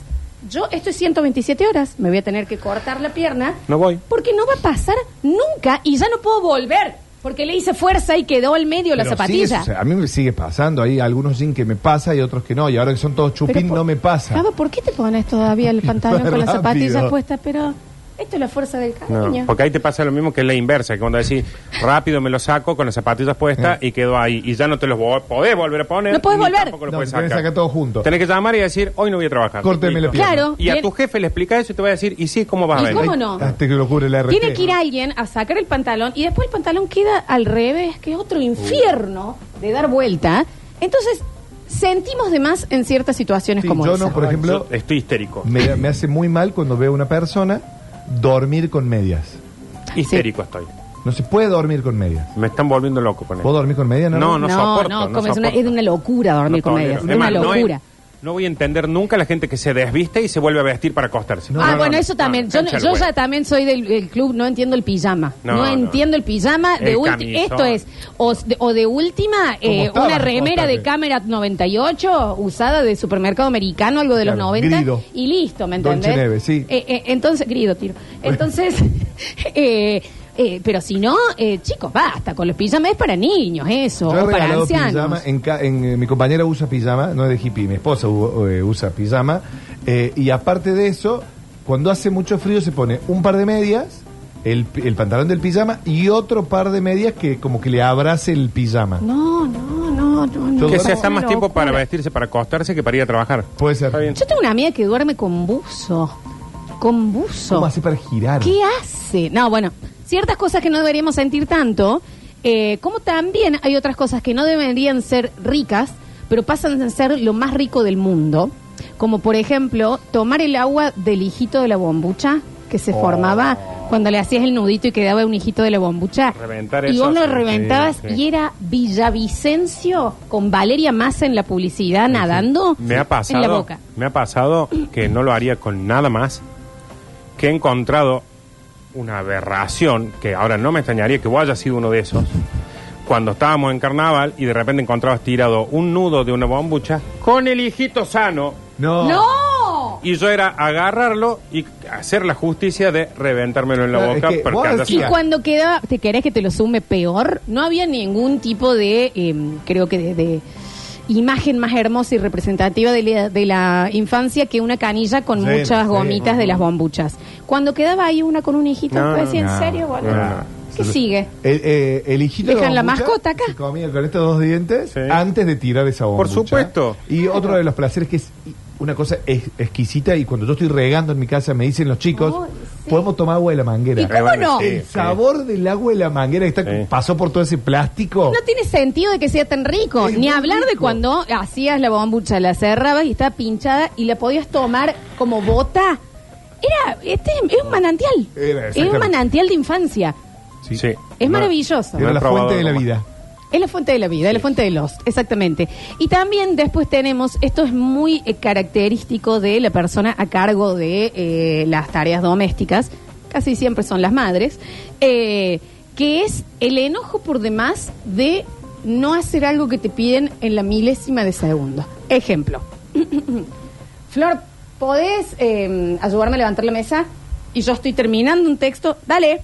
S1: yo esto es 127 horas, me voy a tener que cortar la pierna
S3: No voy.
S1: porque no va a pasar nunca y ya no puedo volver porque le hice fuerza y quedó al medio la
S2: Pero sigue
S1: zapatilla.
S2: suce- a mí me sigue pasando. Hay algunos sin que me pasa y otros que no. Y ahora que son todos
S1: Pero
S2: chupín,
S1: por-
S2: no me pasa.
S1: Java, ¿por qué te pones todavía
S2: [LAUGHS]
S1: el pantalón con las
S2: Rápido.
S1: zapatillas puestas? Pero esto es la fuerza del
S3: No,
S1: cariño.
S3: porque ahí te pasa lo mismo que es la inversa, que cuando decís rápido me lo saco con las zapatillas puestas y quedo ahí. Y ya no te los vo- podés volver a poner.
S1: No podés
S3: ni
S1: volver.
S3: tampoco lo
S2: No,
S3: podés
S2: tenés que
S3: sacar.
S2: sacar todo junto.
S3: Tenés que llamar y decir, hoy no voy a trabajar.
S2: Córteme la
S3: Listo.
S2: pierna.
S1: Claro.
S3: Y a
S1: Bien.
S3: tu jefe le explicás eso y te va a decir, ¿y sí? ¿Cómo vas
S1: ¿Y
S3: a ver?
S1: cómo no?
S2: Hasta que Ah, lo cubre la RT.
S1: Tiene que ir alguien a sacar el pantalón y después el
S3: Uh.
S1: pantalón queda al revés, que es otro infierno de dar vuelta. Entonces, sentimos de más en ciertas situaciones
S2: Sí,
S1: como
S2: yo
S1: esa.
S2: no, por ejemplo,
S3: Yo estoy histérico.
S2: me, me hace muy mal cuando veo a una persona dormir con medias.
S3: Histérico estoy.
S2: No se puede dormir con medias.
S3: Me están volviendo loco con
S2: ¿Puedo
S3: eso.
S2: dormir con medias?
S3: No, no soporto,
S1: no,
S3: no
S1: como es, una,
S3: soporto.
S1: es una locura dormir
S3: No
S1: con medias,
S3: tolero.
S1: es una
S3: Es más, no he-
S1: locura.
S3: No voy a entender nunca la gente que se desviste y se vuelve a vestir para acostarse.
S1: ah,
S2: no,
S1: bueno,
S3: no,
S1: eso
S3: no,
S1: también.
S3: no,
S1: yo no-
S3: cancha el
S1: yo
S3: huevo.
S1: ya también soy del del club, no entiendo el pijama. No,
S3: No, no.
S1: entiendo el pijama. De
S3: El
S1: ulti-
S3: camisón.
S1: Esto es, o de, o de última, eh,
S2: estabas,
S1: una remera de
S2: Constante?
S1: cámara 98 usada de supermercado americano, algo de los
S2: Claro,
S1: 90.
S2: grido.
S1: Y listo, ¿me
S2: Dolce
S1: entendés?
S2: Neve, sí.
S1: Eh, eh, entonces, grido, tiro. Entonces, [LAUGHS] eh, eh, pero si no, eh, chicos, basta. Con los pijamas es para niños, eso,
S2: Yo he
S1: o para
S2: regalado
S1: ancianos.
S2: pijama. En, ca- en, eh, mi compañera usa pijama, no es de hippie, mi esposa u- eh, usa pijama. Eh, y aparte de eso, cuando hace mucho frío se pone un par de medias, el, pi- el pantalón del pijama y otro par de medias que como que le abrace el pijama.
S1: No, no, no, no. no.
S3: Que
S2: Todo
S3: se está más tiempo para
S1: Locura.
S3: vestirse, para acostarse que para ir a trabajar.
S2: Puede ser.
S3: Está bien.
S1: Yo tengo una amiga que duerme con buzo. Con buzo.
S2: ¿Cómo hace para girar?
S1: ¿Qué hace? No, bueno, ciertas cosas que no deberíamos sentir tanto, eh, como también hay otras cosas que no deberían ser ricas, pero pasan a ser lo más rico del mundo. Como por ejemplo, tomar el agua del hijito de la bombucha que
S3: Oh.
S1: se formaba cuando le hacías el nudito y quedaba un hijito de la bombucha.
S3: Reventar
S1: y
S3: eso,
S1: vos lo
S3: sí,
S1: reventabas
S3: sí.
S1: y era Villavicencio con Valeria Massa en la publicidad nadando
S3: Me ha
S1: [LAUGHS]
S3: pasado,
S1: en la boca.
S3: me ha pasado que no lo haría con nada más, que he encontrado una aberración, que ahora no me extrañaría que vos hayas sido uno de esos, cuando estábamos en carnaval y de repente encontrabas tirado un nudo de una bombucha con el hijito sano
S2: No.
S1: ¡No!
S3: y yo era agarrarlo y hacer la justicia de reventármelo en la
S2: Claro, es
S3: boca
S2: que vos
S3: porque andas
S1: Y
S2: decías- Claro.
S1: cuando queda, ¿te querés que te lo sume peor? No había ningún tipo de, em, creo que de, de imagen más hermosa y representativa de la, de la infancia que una canilla con
S2: Sí,
S1: muchas
S2: sí.
S1: gomitas de las bombuchas. Cuando quedaba ahí una con un hijito,
S3: No,
S1: vos decías,
S2: no,
S1: ¿en serio? boludo?
S3: no, no.
S1: ¿Qué sigue?
S2: El, Ah, eh, el hijito de
S1: Dejan la
S2: bombucha
S1: mascota acá.
S2: Se comía con estos dos dientes
S3: Sí.
S2: antes de tirar esa bomba.
S3: supuesto.
S2: Y otro de los placeres que es una cosa ex- exquisita y cuando yo estoy regando en mi casa me dicen los chicos,
S1: Ay, sí.
S2: podemos tomar agua de la manguera.
S1: ¿Y cómo no?
S3: sí.
S2: El sabor del agua de la manguera que está-
S3: Sí.
S2: pasó por todo ese plástico.
S1: No tiene sentido de que sea tan rico.
S2: Es
S1: Ni
S2: muy
S1: hablar de
S2: rico.
S1: cuando hacías la bombucha, la cerrabas y estaba pinchada y la podías tomar como bota. Era, este es un manantial.
S2: Era,
S1: es un
S2: exactamente.
S1: manantial de infancia.
S2: Sí.
S3: Sí.
S1: Es
S3: No-
S1: maravilloso.
S2: Era
S3: No he
S2: la
S3: probado
S2: fuente de la
S3: nomás.
S2: vida.
S1: Es la fuente de la vida, es la fuente de los, exactamente. Y también después tenemos, esto es muy eh, característico de la persona a cargo de eh, las tareas domésticas, casi siempre son las madres, eh, que es el enojo por demás de no hacer algo que te piden en la milésima de segundo. Ejemplo, Flor, ¿podés eh, ayudarme a levantar la mesa? Y yo estoy terminando un texto. Dale.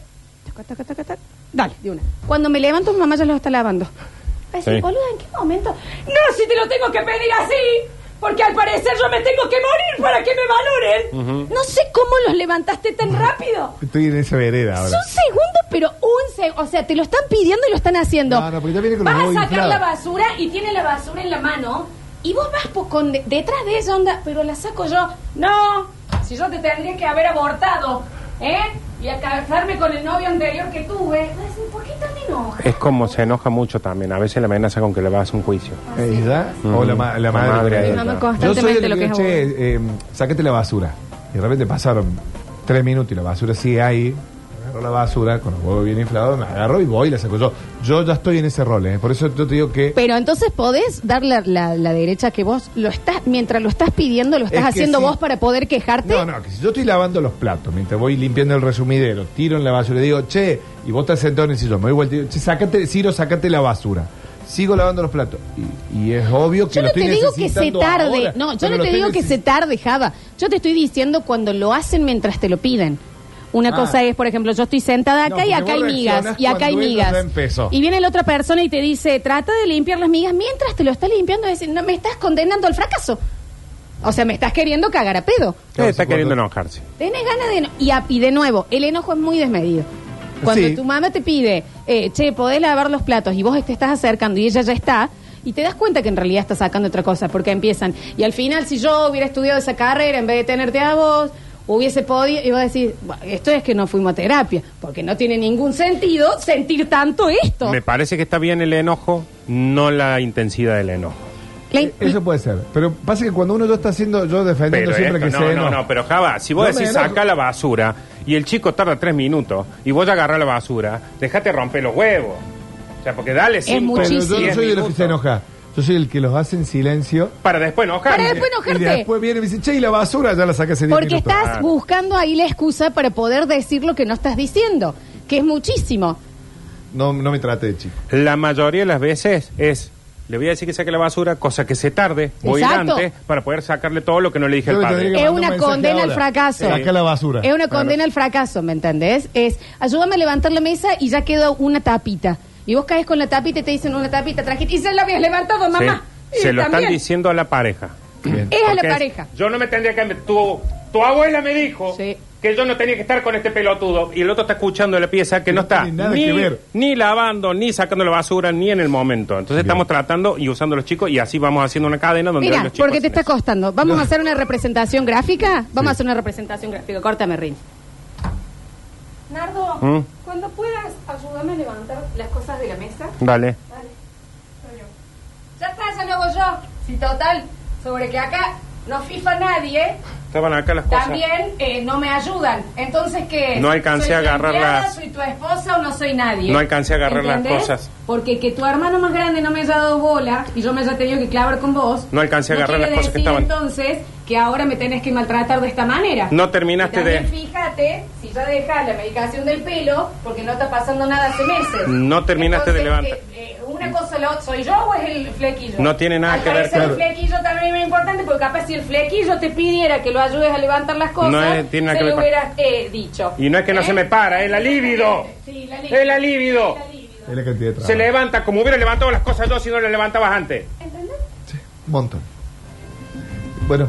S1: Taca, taca, taca, taca. Dale, de una. Cuando me levanto, mi mamá ya lo está lavando. Va a decir,
S3: Sí.
S1: boluda, ¿en qué momento? No, si te lo tengo que pedir así. Porque al parecer yo me tengo que morir para que me valoren. No sé cómo los levantaste tan rápido.
S2: Estoy en esa vereda
S1: Es
S2: ahora.
S1: un segundo, pero un segundo. O sea, te lo están pidiendo y lo están haciendo.
S2: No, no, porque ya viene con los
S1: vas a
S2: huevos
S1: sacar
S2: inflados.
S1: la basura y tiene la basura en la mano. Y vos vas po- con de- detrás de ella, onda, pero la saco yo. No, si yo te tendría que haber abortado, ¿eh? Y a casarme con el novio anterior que tuve. Vas a decir, ¿Por qué tan enojado?
S3: Es como se enoja mucho también. A veces la amenaza con que le vas a hacer un juicio.
S2: ¿Ella? O la, ma- Mm. la
S3: La
S2: madre.
S3: madre
S1: Mi
S3: ahí.
S1: mamá
S3: Yo
S2: Yo soy
S1: constantemente
S2: el
S1: lo que es
S2: che,
S1: abuela.
S2: eh, sáquete la basura. Y de repente pasaron tres minutos y la basura sigue ahí. Agarro la basura con los huevos bien inflados, me agarro y voy y la saco yo. Yo ya estoy en ese rol, ¿eh? por eso yo te digo que.
S1: Pero entonces podés dar la, la- la derecha que vos lo estás, mientras lo estás pidiendo, lo estás
S2: Es que
S1: haciendo
S2: sí.
S1: vos para poder quejarte.
S2: No, no, que si yo estoy lavando los platos, mientras voy limpiando el resumidero, tiro en la basura y digo, che, y vos estás sentado en el sillón, me doy vuelta y digo, che, sácate, Ciro, sácate la basura. Sigo lavando los platos. Y, y es obvio que
S1: Yo
S2: lo
S1: no
S2: estoy
S1: te digo que se
S2: necesitando
S1: tarde.
S2: ahora,
S1: no, yo
S2: pero
S1: no
S2: lo
S1: te
S2: estoy
S1: digo que
S2: necesi-
S1: se tarde, Java. Yo te estoy diciendo cuando lo hacen mientras te lo piden. Una
S2: Ah.
S1: cosa es, por ejemplo, yo estoy sentada
S2: No,
S1: acá y
S2: porque
S1: acá hay
S2: vos
S1: migas.
S2: reaccionás
S1: Y acá hay
S2: cuando él
S1: migas.
S2: ya empezó.
S1: Y viene la otra persona y te dice, trata de limpiar las migas mientras te lo está limpiando. Es decir, no me estás condenando al fracaso. O sea, me estás queriendo cagar a pedo.
S3: Eh, está
S2: Claro,
S3: queriendo
S2: cuando-
S3: enojarse.
S1: Tenés ganas de... eno- Y, a- y de nuevo, el enojo es muy desmedido. Cuando
S2: Sí.
S1: tu mamá te pide, eh, che, podés lavar los platos y vos te estás acercando y ella ya está, y te das cuenta que en realidad está sacando otra cosa, porque empiezan. Y al final, si yo hubiera estudiado esa carrera, en vez de tenerte a vos, hubiese podido, iba a decir, "Bueno, esto es que no fuimos a terapia, porque no tiene ningún sentido sentir tanto esto.
S3: Me parece que está bien el enojo, no la intensidad del enojo.
S1: La in-
S2: Eh, Eso puede ser. Pero pasa que cuando uno lo está haciendo, yo defendiendo
S3: Pero
S2: siempre
S3: esto-
S2: que
S3: no,
S2: se
S3: no, no, pero Java, si vos
S2: No me
S3: decís
S2: enojo.
S3: saca la basura y el chico tarda tres minutos y vos agarrás la basura, dejate romper los huevos. O sea, porque dale cinco,
S2: Pero
S1: muchísimo.
S2: yo no
S3: diez
S2: soy de los que
S3: minutos
S2: se enoja. Yo soy el que los hace en silencio.
S3: Para después enojar.
S1: Para después enojar.
S2: Y
S1: Enojarte.
S2: después viene y me dice, che, y la basura ya la saqué hace 10
S1: Porque
S2: minutos.
S1: estás
S3: Claro.
S1: buscando ahí la excusa para poder decir lo que no estás diciendo, que es muchísimo.
S2: No, no me trate de chico.
S3: La mayoría de las veces es, le voy a decir que saque la basura, cosa que se tarde, voy
S1: Exacto.
S3: antes para poder sacarle todo lo que no le dije
S2: Yo
S3: al
S2: me tendría
S3: padre.
S1: Es
S2: que mandar un
S1: una
S2: mensaje
S1: condena al
S2: ahora.
S1: fracaso.
S2: Saca la basura.
S1: Es una
S2: Claro.
S1: condena al fracaso, ¿me entendés? Es, ayúdame a levantar la mesa y ya queda una tapita. Y vos caes con la tapita y te dicen una tapita, trajiste, y ya la habías levantado,
S3: Sí.
S1: Eh, mamá. Y
S3: Se lo están
S1: también.
S3: diciendo a la pareja.
S2: Bien.
S1: [CLEARS THROAT] Es a la
S3: Porque es,
S1: pareja.
S3: Yo no me tendría que... Tu, tu abuela me dijo
S1: Sí.
S3: que yo no tenía que estar con este pelotudo. Y el otro está escuchando la pieza que
S2: No
S3: no, está
S2: tiene nada
S3: ni,
S2: que ver.
S3: ni lavando, ni sacando la basura, ni en el momento. Entonces estamos tratando y usando a los chicos y así vamos haciendo una cadena donde
S1: Mira,
S3: los chicos
S1: porque te
S3: hacen
S1: está
S3: eso.
S1: costando. Vamos
S3: [LAUGHS]
S1: a hacer una representación gráfica. Vamos a hacer una representación gráfica. Córtame, Rin. Nardo,
S3: ¿Mm?
S1: cuando puedas, ayúdame a levantar las cosas de la mesa.
S3: Dale.
S1: Ya está, ya lo hago yo. Si total, sobre que acá no FIFA nadie,
S3: Estaban acá las cosas.
S1: también eh, no me ayudan. Entonces, ¿qué es?
S3: No alcancé
S1: ¿Soy
S3: a
S1: tu
S3: agarrar
S1: empleada,
S3: las-
S1: ¿Soy tu esposa o no soy nadie?
S3: No alcancé a agarrar las cosas.
S1: Porque que tu hermano más grande no me haya dado bola y yo me haya tenido que clavar con vos.
S3: No alcancé a agarrar
S1: quiere
S3: las cosas que
S1: decir,
S3: estaban.
S1: entonces que ahora me tenés que maltratar de esta manera.
S3: No terminaste
S1: Y también
S3: de-
S1: Fíjate, si ya dejas la medicación del pelo, porque no está pasando nada hace meses.
S3: No terminaste de
S1: Entonces,
S3: levantar.
S1: eh, eh, una cosa, la- ¿soy yo o es el flequillo?
S3: No tiene nada
S1: Al
S3: que ver,
S1: parecer
S3: claro.
S1: el flequillo también es importante, porque capaz si el flequillo te pidiera que lo ayudes a levantar las cosas,
S3: No es- tiene
S1: se
S3: nada que ver
S1: lo
S3: con-
S1: hubieras eh, dicho.
S3: Y no es que no
S1: ¿Eh?
S3: se me para, es la libido.
S1: Sí, la libido.
S3: Es la libido.
S1: La libido.
S2: Es la cantidad de trabajo.
S3: Se levanta como hubiera levantado las cosas yo si no le levantabas antes.
S1: ¿Entendés?
S2: Un montón. Bueno,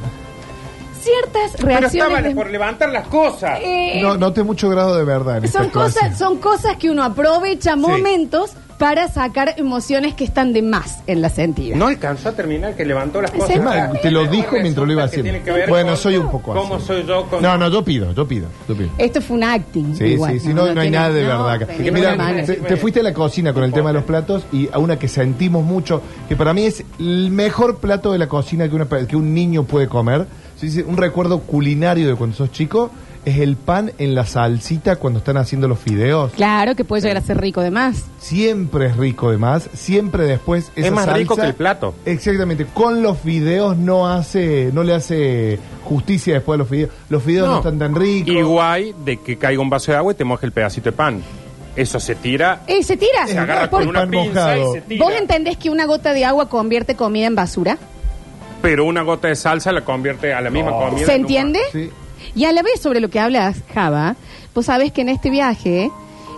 S1: Ciertas
S3: Pero
S1: reacciones...
S3: estaban
S1: de-
S3: por levantar las cosas.
S1: eh,
S2: no, noté mucho grado de verdad en
S1: Son
S2: esta clase.
S1: cosas, son cosas que uno aprovecha momentos para sacar emociones que están de más en la sentida.
S3: No alcanzó a terminar que levantó las cosas.
S2: Es más, te lo dijo mientras lo iba haciendo. Bueno, soy un poco así.
S3: ¿Cómo soy yo? Con...
S2: No, no, yo pido, yo pido, yo pido.
S1: Esto fue un acting.
S2: Sí,
S1: igual,
S2: sí, sí, no, no hay
S1: tiene-
S2: nada de
S1: no,
S2: verdad acá.
S1: de
S3: que
S1: ninguna
S2: Mira,
S1: manera.
S2: te, te fuiste a la cocina con el tema de los platos y a una que sentimos mucho, que para mí es el mejor plato de la cocina que, una, pe- que un niño puede comer. Se dice, un recuerdo culinario de cuando sos chico es el pan en la salsita cuando están haciendo los fideos.
S1: Claro que puede llegar a ser rico de más.
S2: Siempre es rico de más, siempre después esa
S3: más
S2: salsa-
S3: rico que el plato.
S2: Exactamente, con los fideos no hace no le hace justicia después de los fideos. Los fideos no, están tan ricos.
S3: Igual de que caiga un vaso de agua y te moje el pedacito de pan. Eso se tira,
S1: Eh, se tira.
S3: se agarra
S1: Por-
S3: con una
S2: pan
S3: pinza
S2: mojado.
S3: y se tira.
S1: ¿Vos entendés que una gota de agua convierte comida en basura?
S3: Pero una gota de salsa la convierte a la misma
S2: Oh.
S3: comida.
S1: ¿Se
S3: en un-
S1: entiende?
S2: Sí.
S1: Y a la vez sobre lo que hablas, Java, vos sabés que en este viaje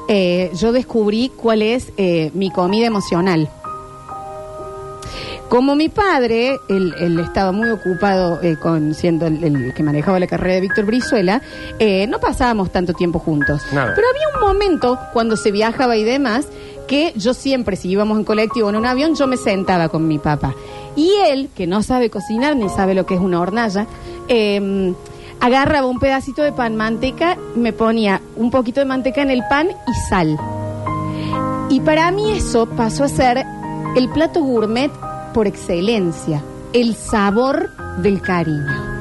S1: eh, yo descubrí cuál es eh, mi comida emocional. Como mi padre, él, él estaba muy ocupado eh, con siendo el, el que manejaba la carrera de Víctor Brizuela, eh, no pasábamos tanto tiempo juntos.
S3: Nada.
S1: Pero había un momento cuando se viajaba y demás que yo siempre, si íbamos en colectivo o en un avión, yo me sentaba con mi papá. Y él, que no sabe cocinar ni sabe lo que es una hornalla, eh, agarraba un pedacito de pan, manteca, me ponía un poquito de manteca en el pan y sal. Y para mí eso pasó a ser el plato gourmet por excelencia, el sabor del cariño.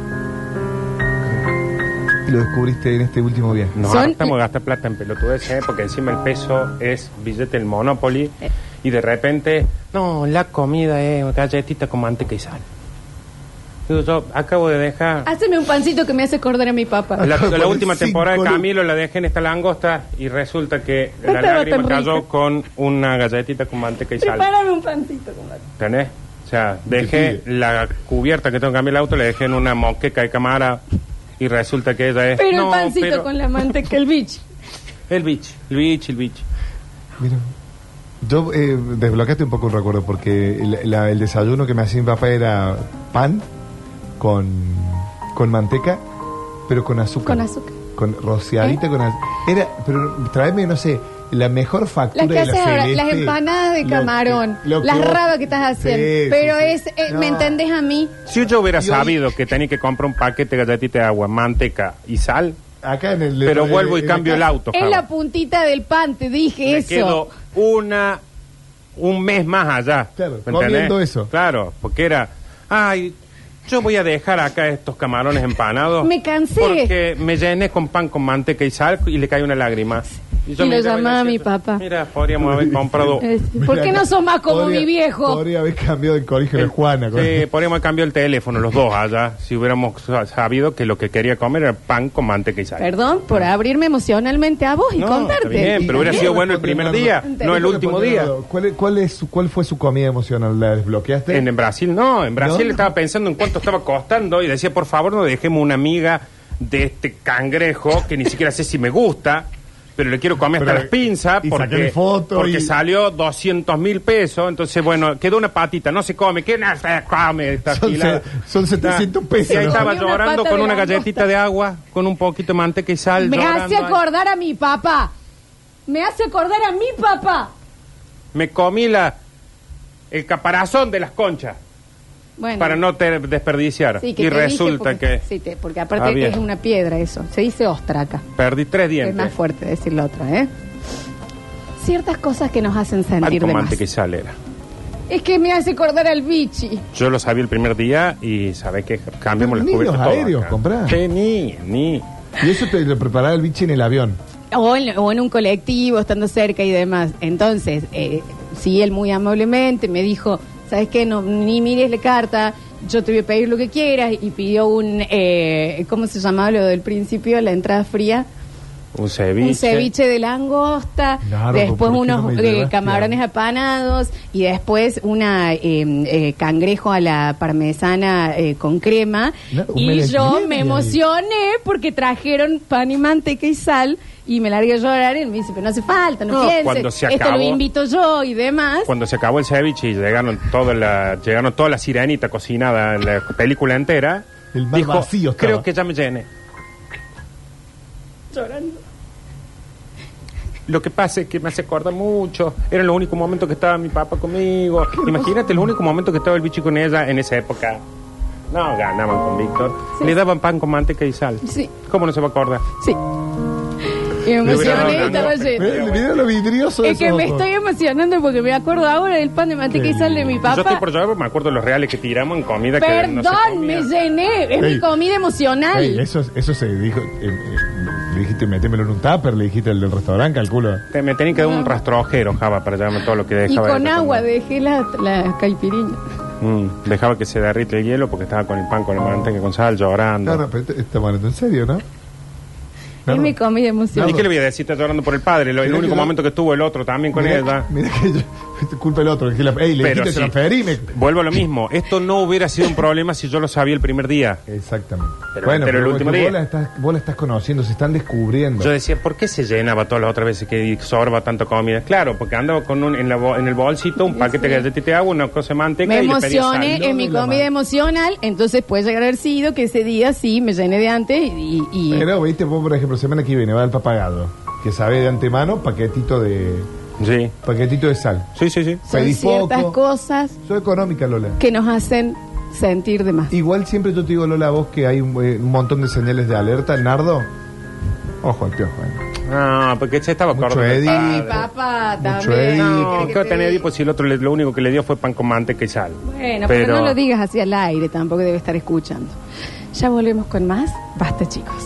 S2: Y lo descubriste en este último viaje.
S3: Nos
S1: Son-
S3: hartamos de gastar plata en pelotudeces, ¿eh? porque encima el peso es billete del Monopoly. Y de repente, no, la comida es galletita con manteca y sal. Digo, yo acabo de dejar.
S1: Haceme un pancito que me hace acordar a mi papá.
S3: La,
S2: Acabo
S3: la
S2: de
S3: última
S2: cinco
S3: temporada de
S2: lucas.
S3: Camilo la dejé en esta langosta y resulta que
S1: No
S3: la
S1: estaba
S3: lágrima
S1: tan
S3: cayó
S1: rica.
S3: con una galletita con manteca y sal.
S1: Prepárame un pancito. compadre.
S3: ¿Tenés? O sea, dejé
S2: Te
S3: la cubierta que tengo que cambiar el auto, la dejé en una moqueca de cámara y resulta que
S2: Eh,
S3: ella es.
S1: Pero
S3: "No,
S1: el pancito
S3: pero
S1: con la manteca, el bicho.
S3: El bitch, el bitch, el bitch.
S2: Mira. Yo eh, desbloqueaste un poco un recuerdo porque el, la- el desayuno que me hacía mi papá era pan con, con manteca, pero con azúcar.
S1: Con azúcar. ¿Eh?
S2: Con rociadita con azúcar. Era, pero tráeme, no sé, la mejor factura
S1: Las que
S2: de la
S1: haces ahora,
S2: celeste,
S1: las empanadas de
S2: lo
S1: camarón,
S2: que- lo
S1: las
S2: que vos-
S1: rabas que estás haciendo.
S2: Sí, sí,
S1: pero
S2: sí.
S1: es, eh, ¿me
S2: No.
S1: entendés a mí?
S3: Si yo hubiera
S2: Y hoy-
S3: sabido que tenía que comprar un paquete de galletitas de agua, manteca y sal,
S2: Acá en el.
S3: pero
S2: en-
S3: vuelvo y
S2: en la
S3: cambio el
S2: casa.
S3: auto.
S1: Es
S3: Java.
S1: la puntita del pan, te dije
S3: Me
S1: eso.
S3: quedo una un mes más allá.
S2: Claro,
S3: ¿me entendés?
S2: comiendo eso.
S3: Claro, porque era, ay, yo voy a dejar acá estos camarones empanados.
S6: Me cansé.
S3: Porque me llené con pan con manteca y sal y le cae una lágrima.
S6: Y lo
S3: miraba
S6: llamaba
S3: decía,
S6: a mi papá.
S3: Mira, podríamos haber comprado.
S6: Eh, ¿Por qué no sos más como
S2: Podría-
S6: mi viejo?
S2: Podría haber cambiado el colegio de
S3: el-
S2: Juana. con-
S3: Eh, Sí, podríamos haber cambiado el teléfono los dos allá si hubiéramos sa- sabido que lo que quería comer era pan con manteca y sal.
S6: Perdón por abrirme emocionalmente a vos y
S3: No,
S6: contarte.
S3: está bien, pero hubiera sido bueno el primer día, no el último día.
S2: ¿Cuál, es- cuál, es, su- ¿Cuál fue su comida emocional? ¿La desbloqueaste?
S3: En, en Brasil no, en Brasil
S2: No.
S3: estaba pensando en cuánto estaba costando y decía, por favor, no dejemos una amiga de este cangrejo que ni siquiera sé si me gusta, pero le quiero comer hasta
S2: Pero-
S3: las pinzas
S2: y
S3: porque,
S2: sacarle foto
S3: porque
S2: y-
S3: salió 200 mil pesos, entonces bueno, quedó una patita, no se come, ¿qué no se come esta
S2: Son
S3: gila?
S2: se- son 700 pesos,
S3: Y ahí
S2: ¿no?
S3: estaba
S6: Y una
S3: llorando
S6: pata
S3: con
S6: de
S3: una
S6: langosta.
S3: galletita de agua, con un poquito de manteca y sal.
S6: Me hace
S3: llorando ahí.
S6: acordar a mi papá. Me hace acordar a mi papá.
S3: Me comí la, el caparazón de las conchas
S6: Bueno.
S3: para no te desperdiciar.
S6: Sí, que
S3: y
S6: te dije
S3: resulta
S6: porque,
S3: que...
S6: sí, te- porque
S3: Ah,
S6: aparte
S3: bien.
S6: es una piedra eso. Se dice ostraca.
S3: Perdí tres
S6: Es
S3: dientes.
S6: más fuerte decir la otra, ¿eh? Ciertas cosas que nos hacen
S3: Pan
S6: sentir
S3: con
S6: de más.
S3: manteca y sal era.
S6: Es que me hace acordar al bichi.
S3: Yo lo sabía el primer día y sabés que
S2: Pero
S3: cambiamos las
S2: ni
S3: cubiertas.
S2: los
S3: todo
S2: aéreos
S3: acá.
S2: comprás.
S3: Sí, ni, ni.
S2: Y eso te lo preparaba el biche en el avión.
S6: O en, o en un colectivo, estando cerca y demás. Entonces, eh, sí, él muy amablemente me dijo, ¿sabes qué? No, ni mires la carta, yo te voy a pedir lo que quieras. Y pidió un, eh, ¿cómo se llamaba lo del principio? La entrada fría.
S3: Un ceviche.
S6: Un ceviche de langosta,
S2: Nardo,
S6: después
S2: ¿por qué no
S6: unos
S2: me
S6: eh,
S2: llevaste
S6: camarones
S2: a-
S6: apanados y después una eh, eh, cangrejo a la parmesana eh, con crema.
S2: No, un
S6: y yo
S2: merengue
S6: me
S2: ahí.
S6: emocioné porque trajeron pan y manteca y sal y me largué a llorar y él me dice, pero no hace falta, no,
S3: No,
S6: pienses,
S3: cuando se
S6: esto
S3: acabó-
S6: lo invito yo y demás.
S3: Cuando se acabó el ceviche y llegaron toda la, llegaron toda la sirenita cocinada, la película entera,
S2: El mar
S3: dijo,
S2: vacío estaba.
S3: creo que ya me llené. Llorando. Lo que pasa es que me hace acordar mucho. Era el único momento que estaba mi papá conmigo. Imagínate el único momento que estaba el bicho con ella en esa época. No, ganaban con Víctor.
S6: Sí.
S3: Le daban pan con manteca y sal.
S6: Sí.
S3: ¿Cómo no se va a acordar?
S6: Sí. Y me
S3: Le hubiera
S6: emocioné
S3: dado
S6: y estaba
S3: una-
S6: lleno.
S2: Mirá, mirá Eh, lo vidrioso de
S6: Es que
S2: esos
S6: me
S2: ojos.
S6: estoy emocionando porque me acuerdo ahora del pan de manteca y sal de mi
S3: Yo estoy
S6: papá.
S3: por llevar porque me acuerdo de los reales que tiramos en comida que no se
S6: Perdón,
S3: comía.
S6: me llené. Es
S2: Ey.
S6: mi comida emocional.
S2: Ey, eso, eso se dijo. eh, eh, le dijiste, métemelo en un tupper, le dijiste al del restaurante, calculo.
S3: Te- me tenía que dar un rastrojero, Java, para llevarme todo lo que
S6: Y
S3: dejaba. de
S6: con
S3: comer.
S6: agua dejé la, la caipirinha.
S3: Mm, dejaba que se derrite el hielo porque estaba con el pan, con la manteca, con sal, llorando.
S2: Ah. Claro, pero te- está bueno, en serio, ¿no?
S6: Es mi
S2: Nardo,
S6: comida
S3: ¿Y
S6: emocional.
S3: qué le voy a decir? Está llorando por el padre. lo- el
S2: Mirá
S3: único
S2: que yo-
S3: momento que estuvo el otro también con
S2: mirá-
S3: ella.
S2: Mirá que yo. Culpa el otro. Que la, ey, le
S3: Pero
S2: dijiste
S3: sí.
S2: transferime.
S3: Vuelvo a lo mismo. Esto no hubiera sido un problema si yo lo sabía el primer día.
S2: Exactamente.
S3: Pero- pero el último
S2: vos,
S3: día.
S2: la estás, vos la estás conociendo, se están descubriendo.
S3: Yo decía, ¿por qué se llenaba todas las otras veces que sorba tanta comida? Claro, porque andaba con un, en, la bo- en el bolsito un paquete de galletitas de agua, una cosa de manteca
S6: Me
S3: y le pedía sal.
S6: emocioné, es mi
S2: en la
S6: comida
S2: mano.
S6: emocional, entonces puede llegar a haber sido que ese día sí me llené de antes y... y-
S2: Pero, viste, vos, por ejemplo, semana que viene va el papagado, que sabe de antemano paquetito de
S3: Sí,
S2: paquetito de sal.
S3: sí, sí. sí.
S6: son
S2: pedí
S6: ciertas
S2: poco.
S6: cosas
S2: Soy económica, Lola.
S6: que nos hacen sentir de más.
S2: Igual siempre yo te digo, Lola, vos que hay un, eh, un montón de señales de alerta, Nardo. Ojo al piojo. eh.
S3: No, Ah, porque se estaba
S2: Mucho
S3: acordando. del
S2: Eddie.
S6: Es
S3: padre.
S6: mi papá
S2: Mucho
S6: también.
S2: Eddie.
S3: No,
S6: ¿qué
S3: ¿qué va a
S6: te
S3: tener
S6: diga?
S3: Edipo si el otro le- lo único que le dio fue pan con manteca y sal?
S6: Bueno, pero... no lo digas hacia el aire, tampoco debe estar escuchando. Ya volvemos con más. Basta, chicos.